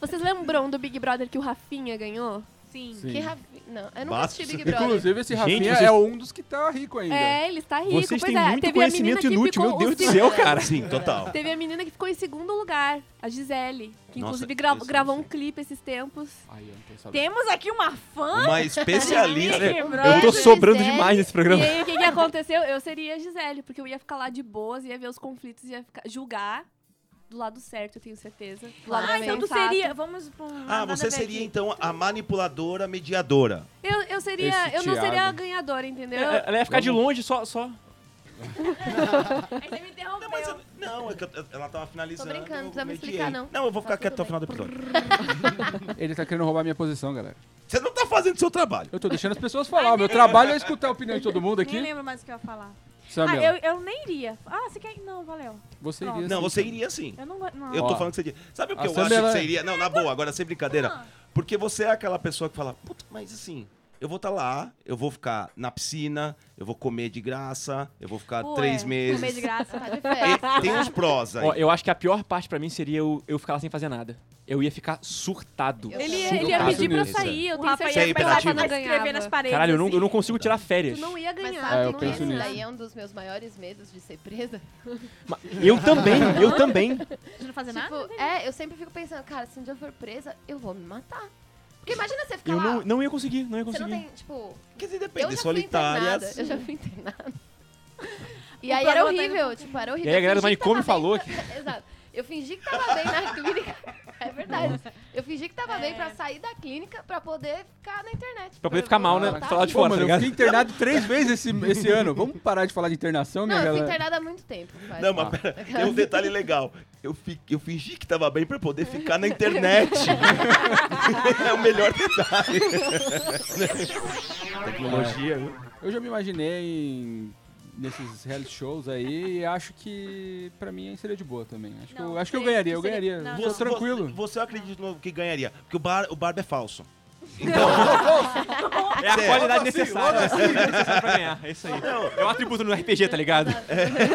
Vocês lembram do Big Brother que o Rafinha ganhou?
Sim.
Sim.
Que rafi... Não, eu nunca
Basta.
assisti Big Brother.
Inclusive, esse
Gente,
Rafinha
vocês-
é um dos que tá rico ainda.
É, ele está rico.
Vocês
pois
têm
é,
muito
teve a menina
conhecimento
que
inútil,
ficou
meu Deus
os
do
cinco
céu,
anos.
cara.
Sim, total.
Teve a menina que ficou em segundo lugar, a Gisele, que
Nossa, isso
inclusive
eu
gra-
não
gravou um
sei.
clipe esses tempos.
Ai, eu não tô sabendo.
Temos aqui uma fã
Uma Um especialista. né?
Big
Eu tô
Gisele.
sobrando demais nesse
E
programa.
aí, o que, que aconteceu? Eu seria a Gisele, porque eu ia ficar lá de boas, ia ver os conflitos, ia ficar- julgar do lado certo, eu tenho certeza. Do lado
Ah, então tu
sensato.
seria... Vamos pra um...
Ah, você seria então a manipuladora mediadora.
Eu, eu seria.
Esse
eu não seria a
Thiago.
ganhadora, entendeu?
É, Ela ia ficar de longe só. só.
Aí você me interrompeu.
Não, mas eu- não, é que eu- ela tava finalizando.
Tô brincando,
eu
não precisa me
mediei.
explicar, não.
Não, eu vou
Tá
ficar
tudo
quieto até o
bem.
final do episódio.
Ele tá querendo roubar minha posição, galera.
Você não tá fazendo seu trabalho.
Eu tô deixando as pessoas falar. Meu trabalho é escutar a opinião de todo mundo
Nem
aqui. Tá
lembro mais o que eu ia falar. Ah,
Samela,
eu, eu nem iria. Ah, você quer? Não, valeu.
você iria
Não,
sim,
você
cara.
iria sim.
Eu não gosto. Não.
Eu tô
Ó.
falando que você iria. Sabe o que
A
eu
Samela-
acho que você iria? Não, na boa, agora sem brincadeira.
Ah.
Porque você é aquela pessoa que fala, puta, mas assim, eu vou estar lá, eu vou ficar na piscina, eu vou comer de graça, eu vou ficar
Pô,
três
é,
meses.
Comer de graça.
Tá de férias.
E tem uns prós aí.
Ó, eu acho que a pior parte pra mim seria eu, eu ficar lá sem fazer nada. Eu ia ficar surtado.
Ele,
Sim,
ele
eu
ia
caso
pedir pra eu
nisso, é.
sair, eu
O
tenho
Rafa
Isso aí,
certeza
ia
que
pela
lá
começar
Pati.
não
a
ganhava.
escrever nas paredes.
Caralho, eu não, eu não
assim.
consigo tirar férias.
Tu não ia
Mas
ganhar.
Ah,
sabe
eu
que
penso
esse
nisso.
daí é um dos meus maiores medos de ser presa?
Ma- Eu também, eu também.
De não fazer nada?
Tipo,
né?
é, eu sempre fico pensando, cara, se um dia eu for presa, eu vou me matar. Porque imagina você ficar
Eu
lá,
não, não ia conseguir, não ia
você não
conseguir.
tem, tipo...
Quer dizer,
Eu
depende,
já fui
solitária.
internada, eu já fui internada. E
O
aí era
Parou tá indo
horrível, tipo, era horrível.
E aí a
Eu
galera do
fingi que tava
manicômio falou
bem pra- Exato. Eu fingi que tava bem na clínica. É verdade. Eu fingi que tava bem
É.
pra sair da clínica pra poder ficar na internet.
Pra poder ficar mal, né?
Tá?
Ficar lá de
Pô,
fora, tá
mano, eu
ligado?
fiquei internado três vezes esse, esse ano. Vamos parar de falar de internação,
Não,
minha
eu fui
galera?
internada há muito tempo. Faz.
Não,
Ah.
mas pera, tem um detalhe legal. Eu, fi- eu fingi que tava bem pra poder ficar na internet. é o melhor detalhe. Tecnologia, viu?
Eu já me imaginei em- nesses reality shows aí e acho que pra mim seria de boa também. Acho, que,
Não,
eu, acho que eu
creio
ganharia,
que
eu
seria-
ganharia.
não,
Tô
não.
Você-
tranquilo.
Você, você acredita no que ganharia? Porque o, bar, o barba é falso.
É a
Sério.
qualidade necessária. necessária pra ganhar. É isso aí. É um atributo no RPG, tá ligado?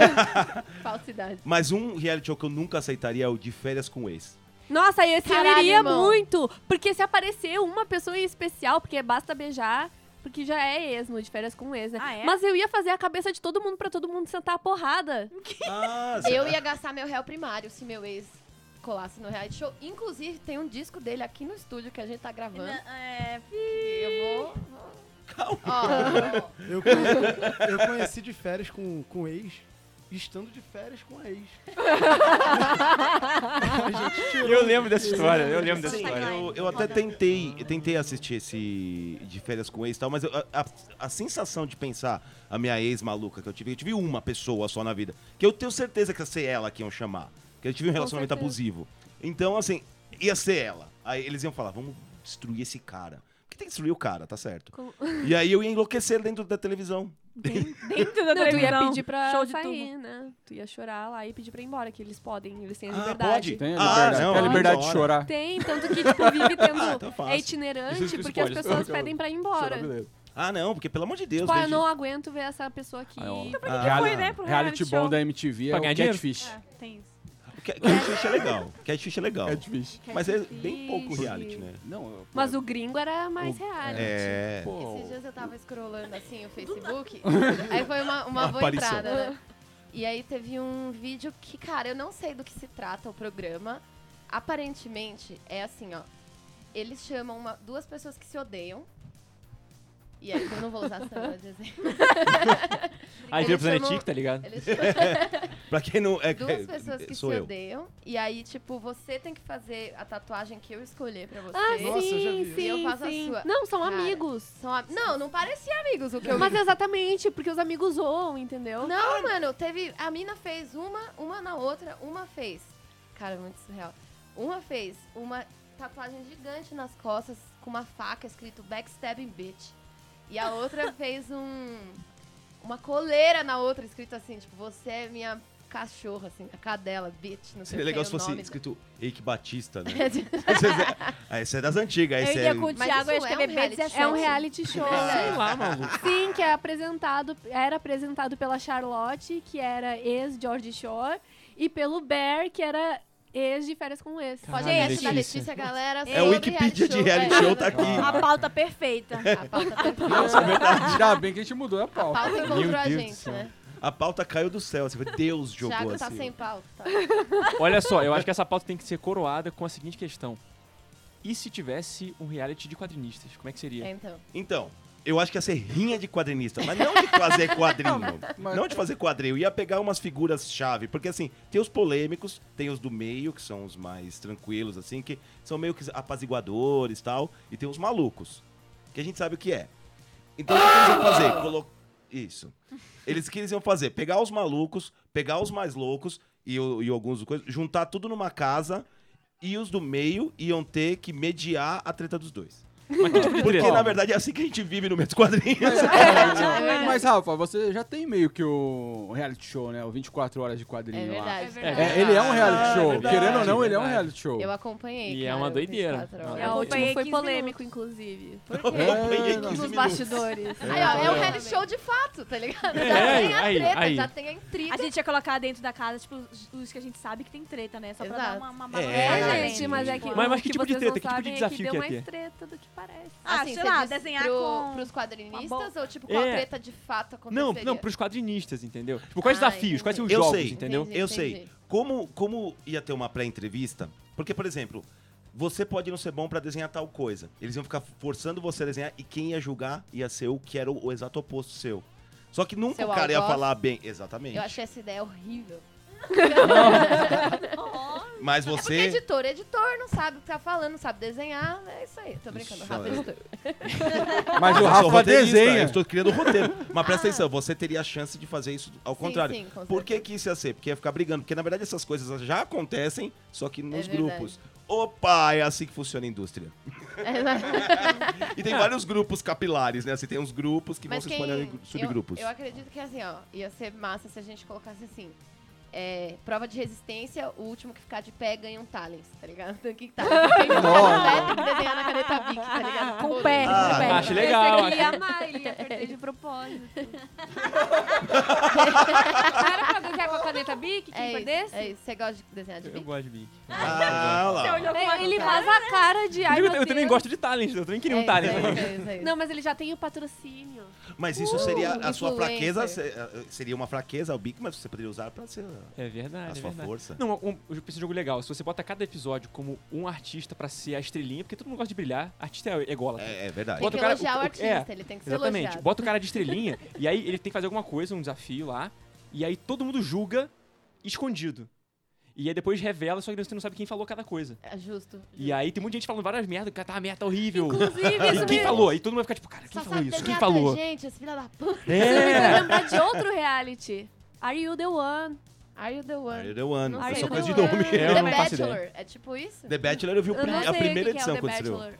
Falsidade.
Mas um reality show que eu nunca aceitaria é o de férias com ex.
Nossa, esse eu
Caralho,
iria
irmão.
muito. Porque se aparecer uma pessoa em especial, porque basta beijar, porque já é ex, no de férias com ex, né?
Ah, é?
Mas eu ia fazer a cabeça de todo mundo pra todo mundo sentar a porrada.
Ah,
Eu ia gastar meu réu primário se meu ex colasse no reality show. Inclusive, tem um disco dele aqui no estúdio que a gente tá gravando.
É,
Eu vou...
Calma.
Ó,
Eu conheci, eu conheci de férias com, com ex, estando de férias com a ex.
Eu lembro dessa história, eu lembro dessa
Sim.
história.
Eu, eu até tentei, eu tentei assistir esse de férias com ex e tal, mas eu- a, a- a sensação de pensar a minha ex maluca que eu tive, eu tive uma pessoa só na vida, que eu tenho certeza que ia ser ela que iam chamar, que eu tive um relacionamento
certeza.
abusivo. Então, assim, ia ser ela. Aí eles iam falar, vamos destruir esse cara. Porque tem que destruir o cara, tá certo.
Com-
E aí eu ia enlouquecer dentro da televisão.
dentro da
Não, tu ia
televisão.
pedir pra
Então, Show de
sair,
tudo.
né? Tu ia chorar lá e pedir pra ir embora, que eles podem, eles têm a
Ah,
liberdade.
pode?
Tem a
Ah,
liberdade,
não,
tem a
ah,
liberdade de
embora.
chorar.
Tem, tanto que, tipo, vive tendo...
Ah, então fácil.
é
Isso-
itinerante,
isso
porque
pode.
as pessoas
Eu- eu-
pedem pra ir
Chorar,
embora.
beleza.
Ah, não, porque pelo amor de Deus.
Tipo, ah, eu
gente.
não aguento ver essa pessoa aqui.
Aí, ó,
Ah,
foi, né, pro
Reality
reality
bom
show.
da MTV é
Pra
o
ganhar
Catfish.
É, tem isso.
o Cat- Catfish é legal. Catfish é legal.
Catfish.
Mas é bem pouco reality, né?
Não, eu-
Mas o gringo era mais
O-
real.
É.
Pô,
Esses dias eu tava scrollando assim o Facebook, aí foi uma, uma
Uma
boa
aparição.
entrada, né?
É.
E aí teve um vídeo que, cara, eu não sei do que se trata o programa. Aparentemente é assim, ó. Eles chamam uma- duas pessoas que se odeiam. E aí, eu não vou usar essa palavra de exemplo.
Ah,
Aí vira pro
Eles chamam-
Zanetic, tá ligado?
Eles tipo,
Pra quem não. É,
duas pessoas que se
sou eu.
odeiam. E aí, tipo, você tem que fazer a tatuagem que eu escolher pra você.
Ah,
Nossa, eu já vi
sim,
isso.
sim,
Eu faço a
sim.
sua.
Não, são
Cara.
amigos.
São am- Não, não parecia amigos o que eu vi.
Mas exatamente, porque os amigos zoam, entendeu?
Não,
Ah,
mano, teve. A mina fez uma, uma na outra, uma fez. Cara, é muito surreal. Uma fez uma tatuagem gigante nas costas com uma faca escrito Backstabbing Bitch. E a outra fez um. Uma coleira na outra, escrito assim, tipo, você é minha cachorra, assim, a cadela, bitch, não sei
Seria
o que,
legal
o
se fosse
nome né?
escrito Eike Batista, né?
da-
Ah, Essa é das antigas.
Eu
Essa
iria
é...
com o
Mas
Thiago, eu acho
isso
que
é um
é bebê
reality
17.
É um reality show.
Sei lá, maluco.
Sim, que é apresentado, era apresentado pela Charlotte, que era ex-George Shore, e pelo Bear, que era ex de férias com ex.
Caralho,
Gente, essa
Letícia.
da Letícia, galera.
É o Wikipedia de reality show, tá aqui.
A pauta perfeita.
A pauta, tá-
é Ainda bem que a gente mudou a
a
pauta.
pauta encontrou a
Deus do
gente,
céu.
né?
A pauta caiu do céu. Assim, foi Deus jogou
Thiago
assim.
tá sem pauta.
Olha só, eu acho que essa pauta tem que ser coroada com a seguinte questão. E se tivesse um reality de quadrinistas, como é que seria?
É, então.
Então, eu acho que ia ser rinha de quadrinista, mas não de fazer quadrinho.
Mas-
Não de fazer quadrinho. Ia pegar umas figuras-chave. Porque, assim, tem os polêmicos, tem os do meio, que são os mais tranquilos, assim, que são meio que apaziguadores e tal. E tem os malucos, que a gente sabe o que é. Então, o que eles iam fazer? Colo... Isso. Eles que eles iam fazer? Pegar os malucos, pegar os mais loucos e, o- e alguns coisas, juntar tudo numa casa e os do meio iam ter que mediar a treta dos dois. Porque, na verdade, é assim que a gente vive no meio dos quadrinhos.
é,
Mas, Rafa, você já tem meio que o reality show, né? O 24 horas de quadrinho
É
lá.
verdade.
verdade.
É, ele é um reality
Ah,
show.
verdade,
Querendo ou não, ele é um
verdade.
reality show.
Eu acompanhei.
E é
cara,
uma
o
doideira.
24 horas. Tipo,
É
É, o último
acompanhei
foi
15
polêmico, inclusive.
Eu acompanhei
não.
15
Nos
minutos.
bastidores.
Aí, ó, é um reality show de fato, tá ligado?
É,
já tem a
aí,
treta,
aí.
já tem a intriga.
A gente ia colocar dentro da casa, tipo, os, os que a gente sabe que tem treta, né? Só pra
Exato.
dar uma, uma balançada
É,
É,
gente,
dentro.
mas é que.
Mas- mas
o
que tipo de
vocês
treta,
não
que tipo de
sabem é
desafio que
deu
ia
mais
ter?
treta do que parece.
Ah,
Assim,
sei
você
lá,
diz
desenhar
pro,
com...
Pros
uma
quadrinistas
bola.
ou, tipo, qual
É.
a treta de fato aconteceria?
Não, não, pros quadrinistas, entendeu? Tipo, quais
Ah,
desafios, quais são os
entendi. Eu
jogos,
sei.
entendeu?
Entendi.
Eu sei. Como, como ia ter uma pré-entrevista, porque, por exemplo, você pode não ser bom pra desenhar tal coisa. Eles iam ficar forçando você a desenhar e quem ia julgar ia ser o que era o, o exato oposto seu. Só que nunca
Seu
o cara ia
algoz.
falar bem. Exatamente.
Eu achei essa ideia horrível.
Mas
É porque
você.
editor, editor não sabe o que tá falando, não sabe desenhar, é isso aí. Tô brincando,
Ixi,
Rafa,
é.
olha.
editor.
Mas o
Eu sou
Rafa
roteirista, Eu
desenha.
estou criando o roteiro. Mas presta atenção, você teria a chance de fazer isso ao
Ah. Sim,
contrário.
sim, com
Por que,
certeza.
que isso ia ser? Porque ia ficar brigando. Porque, na verdade, essas coisas já acontecem, só que nos
verdade.
grupos. Opa, é assim que funciona a indústria. e tem vários grupos capilares, né? Assim, tem uns grupos que vão se espalhando em gru- subgrupos.
Eu, eu acredito que assim, ó, ia ser massa se a gente colocasse assim. é, prova de resistência, o último que ficar de pé ganha um talent, tá ligado? Tem que tá. Tem que ficar de pé, tem que desenhar na caneta Bic, tá ligado?
Com o pé,
Ah,
com o pé.
acho legal,
Ele
acho-
ia amar, ele ia perder de propósito. Era pra desenhar com a caneta Bic, quem
É isso,
perdesse?
é isso. Você gosta de desenhar de
Eu
bico?
gosto de Bic.
Ah, lá.
É, Ele vaza a cara de. Ai,
eu,
meu
eu também
Deus.
gosto de talent, eu também queria
É,
um talent.
Não, mas ele já tem o patrocínio.
Mas isso seria a sua
influencer.
fraqueza, se- eh, seria uma fraqueza ao Bic, mas você poderia usar pra ser a-
É verdade.
a
é
sua
verdade.
força.
Não, um, eu preciso de um jogo legal. Se você bota cada episódio como um artista pra ser a estrelinha, porque todo mundo gosta de brilhar, artista é ególatra.
É, é verdade.
Tem
Bota
que
o cara-
elogiar o,
o- o-
artista,
é,
ele tem que ser
Exatamente.
elogiado.
Bota o cara de estrelinha e aí ele tem que fazer alguma coisa, um desafio lá, e aí todo mundo julga escondido. E aí depois revela, só que você não sabe quem falou cada coisa.
É justo.
E aí tem muita gente falando várias merdas, o cara tá uma merda horrível.
Inclusive,
E
isso
quem
me...
falou? Aí todo mundo vai ficar tipo, cara,
Só
quem falou
sabe
isso? Quem
desenhar
falou?
Gente, esse filho da puta.
Isso me fez
É!
lembrar de outro reality. Are you the one?
Are you the
Are you
one?
the one?
Não
É
sei.
só coisa de
Are you the
nome.
one?
Eu
The
não faço ideia.
Bachelor. É tipo isso?
The Bachelor eu vi o
Eu
prim-
não sei
a primeira
o que que é
edição
o The
quando estreou.
Bachelor.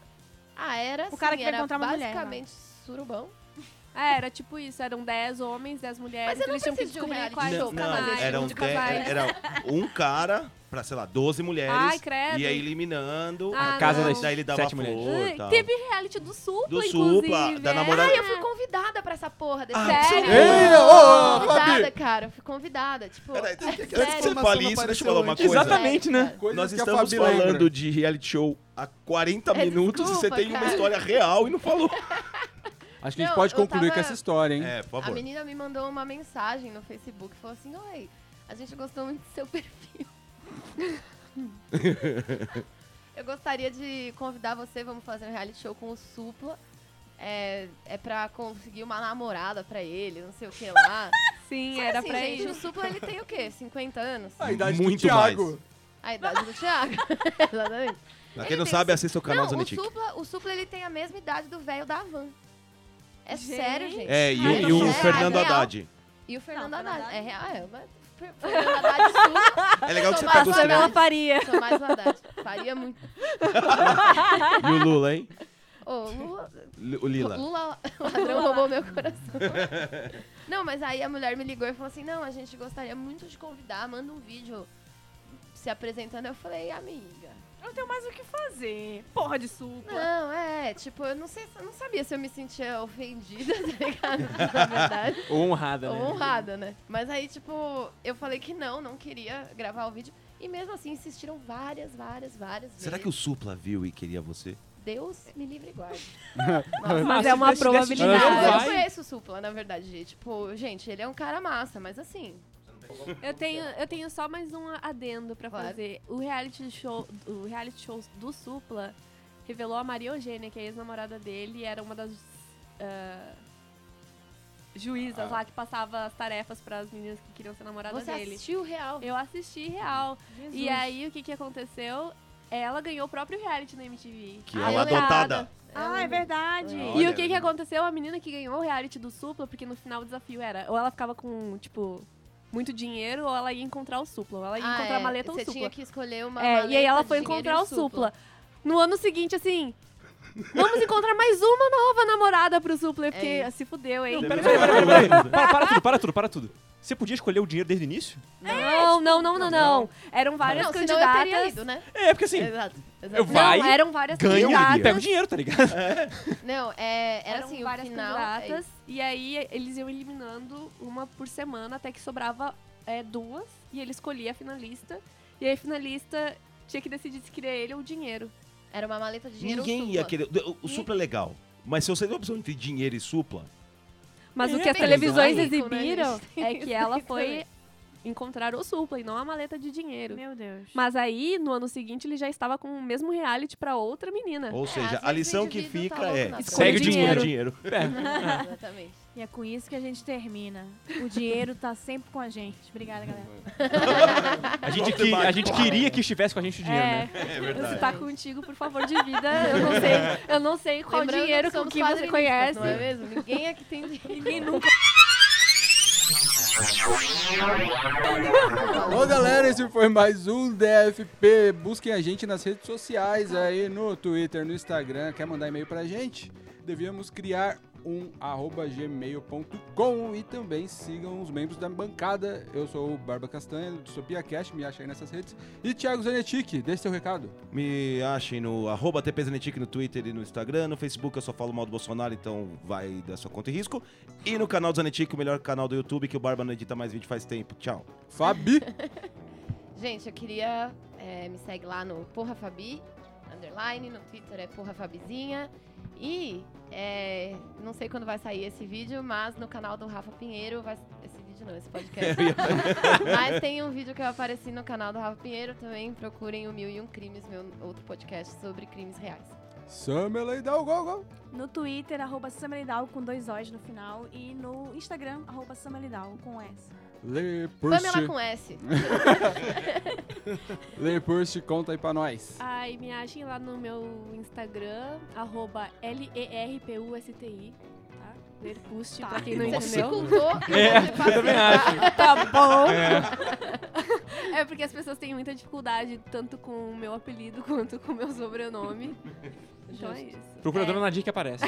Ah, era
O cara
assim,
que vai
era
encontrar uma mulher, né?
basicamente surubão.
É, era tipo isso. Eram 10 homens, 10 mulheres.
Mas eu não
eles tinham que
preciso de um
descobrir
reality
quais
show
Não,
são os
pra
não,
canais.
mais,
era um,
de
te-
casais.
era um cara pra, sei lá, 12 mulheres.
Ai, credo.
é E aí eliminando.
Ah,
A casa
não.
das
Daí ele dava
sete mulheres.
flor e
Ai,
tal.
Teve reality do Supla,
Do
inclusive.
Supla, da
é.
namorada-
Ai, eu fui convidada pra essa porra desse
Ah,
sério.
Ei, ô, ô,
fui
Fabi!
convidada, cara. Eu fui convidada. Tipo,
Peraí,
é
antes que
sério.
você fale isso, deixa eu falar uma
Sério,
coisa.
Exatamente, né?
Sério,
Coisas
Nós
que a
estamos
Fabi
falando
lembra.
de reality show há 40
É,
minutos e você
desculpa,
tem uma
cara.
história real e não falou.
Acho que a gente
Não,
pode
eu
concluir
tava-
com essa história, hein?
É, por
cara. A
favor.
menina me mandou uma mensagem no Facebook. Falou assim, oi, a gente gostou muito do seu perfil. eu gostaria de convidar você, vamos fazer um reality show com o Supla. É, é pra conseguir uma namorada pra ele, não sei o que lá.
Sim,
Sabe
era
assim,
pra
gente,
isso.
o Supla ele tem o quê? 50 anos?
A idade
Muito
do Thiago.
mais.
A idade do Thiago. Exatamente.
Pra
Ele
quem é não
tem
sabe, assista o canal
não, o
Zanitic.
Supla, o Supla ele tem a mesma idade do velho da Van. É
Gente.
sério, gente.
É, e, o-
Ai,
e o
não, é
Fernando
real.
Haddad.
E o Fernando
Não,
Haddad.
Haddad.
É real, é. Mas Fer- Fernando Haddad e Supla,
É legal que você
Tomás
tá
Haddad.
gostando.
Ela
faria.
sou mais o Haddad. Faria muito.
E o Lula, hein?
Ô, Lula,
L- O Lila.
Lula, o Um ladrão roubou meu coração. Não, mas aí a mulher me ligou e falou assim: não, a gente gostaria muito de convidar, manda um vídeo se apresentando. Eu falei, amiga.
Eu tenho mais o que fazer. Porra de suco.
Não, é, tipo, eu não sei, eu não sabia se eu me sentia ofendida, tá ligado? Na verdade.
Ou honrada,
Ou
né?
honrada, né? Mas aí, tipo, eu falei que não, não queria gravar o vídeo. E mesmo assim, insistiram várias, várias, várias
Será que o
vezes.
Supla viu e queria você?
Deus me livre e guarde.
Mas é uma
se desse- desse dinheiro,
probabilidade.
eu
vai.
conheço o Supla, na verdade. Tipo, gente, ele é um cara massa, mas assim...
Eu tenho, eu tenho só mais um adendo pra
Claro.
fazer. O reality show, o reality show do Supla revelou a Maria Eugênia, que é a ex-namorada dele, e era uma das ah, juízas lá que passava as tarefas pras meninas que queriam ser namoradas
Ah. Você
Tá dele. É
assistiu o real.
Eu assisti real.
Jesus.
E aí o que que aconteceu? Ela ganhou o próprio reality na MTV.
Que ela
Ah,
é
eu lembro.
adotada.
Eu
Ah, é
lembro.
verdade.
Olha.
E o que
né?
que aconteceu? A menina que ganhou o reality do Supla, porque no final o desafio era, ou ela ficava com, tipo, muito dinheiro, ou ela ia encontrar o Supla, ou ela ia
Ah,
encontrar a
é,
maleta ou o
Você
Supla.
tinha que escolher uma
É, e aí
maleta,
ela foi
dinheiro e
encontrar o Supla. No ano seguinte, assim, Vamos encontrar mais uma nova namorada pro Supler, porque
É
"Ah, se fudeu, hein?
Pera, pera, pera, pera, pera. Para, para tudo, para tudo, para tudo. Você podia escolher o dinheiro desde o início?
Não, não, não, não, não. Eram várias
Não, senão eu teria
candidatas.
ido, né?
É, porque assim,
Exato. exato.
eu vai,
não, eram várias
ganho,
candidatas.
pega o dinheiro, tá ligado?
Não, é, era
Eram
assim, o
várias
final...
candidatas. E aí eles iam eliminando uma por semana até que sobrava é, duas. E ele escolhia a finalista. E aí a finalista tinha que decidir se queria ele ou o dinheiro.
é, Era uma maleta de dinheiro
Ninguém
supla.
ia querer. O, o supla é legal. Mas se você tem a opção entre dinheiro e supla,
Mas
É,
o que as
tem
isso,
televisões
né,
exibiram
gente? Tem
é
isso
que ela
aí
foi
também.
encontrar o supla e não a maleta de dinheiro.
Meu Deus.
Mas aí, no ano seguinte, ele já estava com o mesmo reality pra outra menina.
ou
É, às
seja,
vezes
a lição
o
que
indivíduo
fica
tá louco
é
na
Escolha
segue o dinheiro.
dinheiro. Ah.
Exatamente.
E é com isso que a gente termina. O dinheiro tá sempre com a gente. Obrigada, galera.
A gente, que- a gente queria que estivesse com a gente o dinheiro, né?
É
Se
verdade.
tá contigo, por favor, divida. Eu não sei, eu não sei qual
Lembrando
dinheiro com
somos
que você
quadrinistas,
conhece.
Não é mesmo? Ninguém aqui tem dinheiro.
Ninguém nunca.
Bom, galera, esse foi mais um DFP. Busquem a gente nas redes sociais aí, no Twitter, no Instagram. Quer mandar e-mail pra gente? Devíamos criar um arroba gmail.com e também sigam os membros da bancada. Eu sou o Barba Castanha, do Sopia Cash, me acha aí nessas redes. E Thiago Zanetic, dê seu recado.
Me achem no arroba TPZnetic no Twitter e no Instagram. No Facebook eu só falo mal do Bolsonaro, então vai da sua conta e risco. E no canal do Zanetic, o melhor canal do YouTube, que o Barba não edita mais vídeo faz tempo. Tchau.
Fabi,
Gente, eu queria. é, me segue lá no Porra Fabi, underline, no Twitter é Porra Fabizinha. E é, não sei quando vai sair esse vídeo, mas no canal do Rafa Pinheiro vai. Esse vídeo não, esse podcast. mas tem um vídeo que eu apareci no canal do Rafa Pinheiro também. Procurem o Mil e Um Crimes, meu outro podcast sobre crimes reais.
Samela e Dal Gogol.
No Twitter, arroba Samelidal com dois O's no final. E no Instagram, arroba Samelidal com S.
Lê
Pamela
Purse,
com S.
Lê Purse, conta aí pra nós.
Ai, me achem lá no meu Instagram, arroba L-E-R-P-U-S-T-I, tá? Lerpust,
Tá.
pra quem não
Você se
entendeu.
cultou.
É.
É, Eu também acho.
Tá bom! É porque as pessoas têm muita dificuldade, tanto com o meu apelido quanto com o meu sobrenome. Então é isso.
Procura a
é,
dona Nadir que aparece.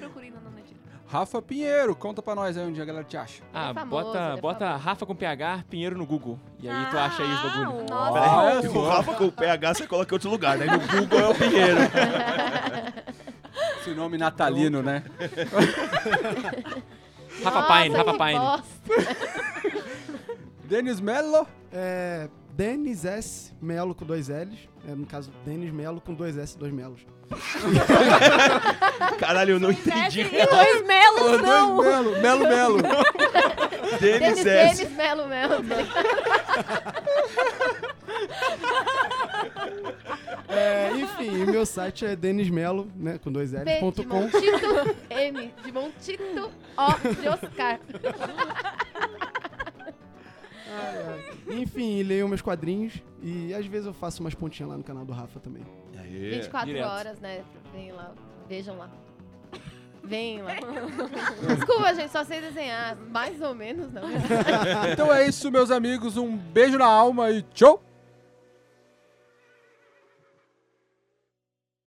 Procurem na Dona Nadir.
Rafa Pinheiro, conta pra nós aí onde a galera te acha.
Ah,
é famoso,
bota,
ele é
bota
famoso.
Rafa com PH, Pinheiro no Google. E aí tu acha aí os bagulho.
Oh!
Nossa.
Olha
Se
só.
o Rafa com o PH, você coloca em outro lugar, né? No Google é o Pinheiro.
Esse nome natalino, né?
Rafa Pine,
Nossa,
Rafa
que
Pine.
bosta.
Denis Mello.
É. Denis S. Melo com dois L's. É, no caso, Denis Melo com dois S e dois Melos.
Caralho, eu não
é
entendi.
E dois melos, não!
Melo, Melo, Melo.
Denis
Denis,
S.
Denis, Melo, Melo.
É, enfim, e meu site é denismelo, né, com dois
P de
L's.com.
Montito, M de Montito, O de Oscar.
Enfim, e leiam meus quadrinhos e às vezes eu faço umas pontinhas lá no canal do Rafa também.
Aê.
24
direto.
horas, né? Vem lá, vejam lá. Vem lá. Desculpa, gente, só sei desenhar. Mais ou menos, não.
Então é isso, meus amigos. Um beijo na alma e tchau.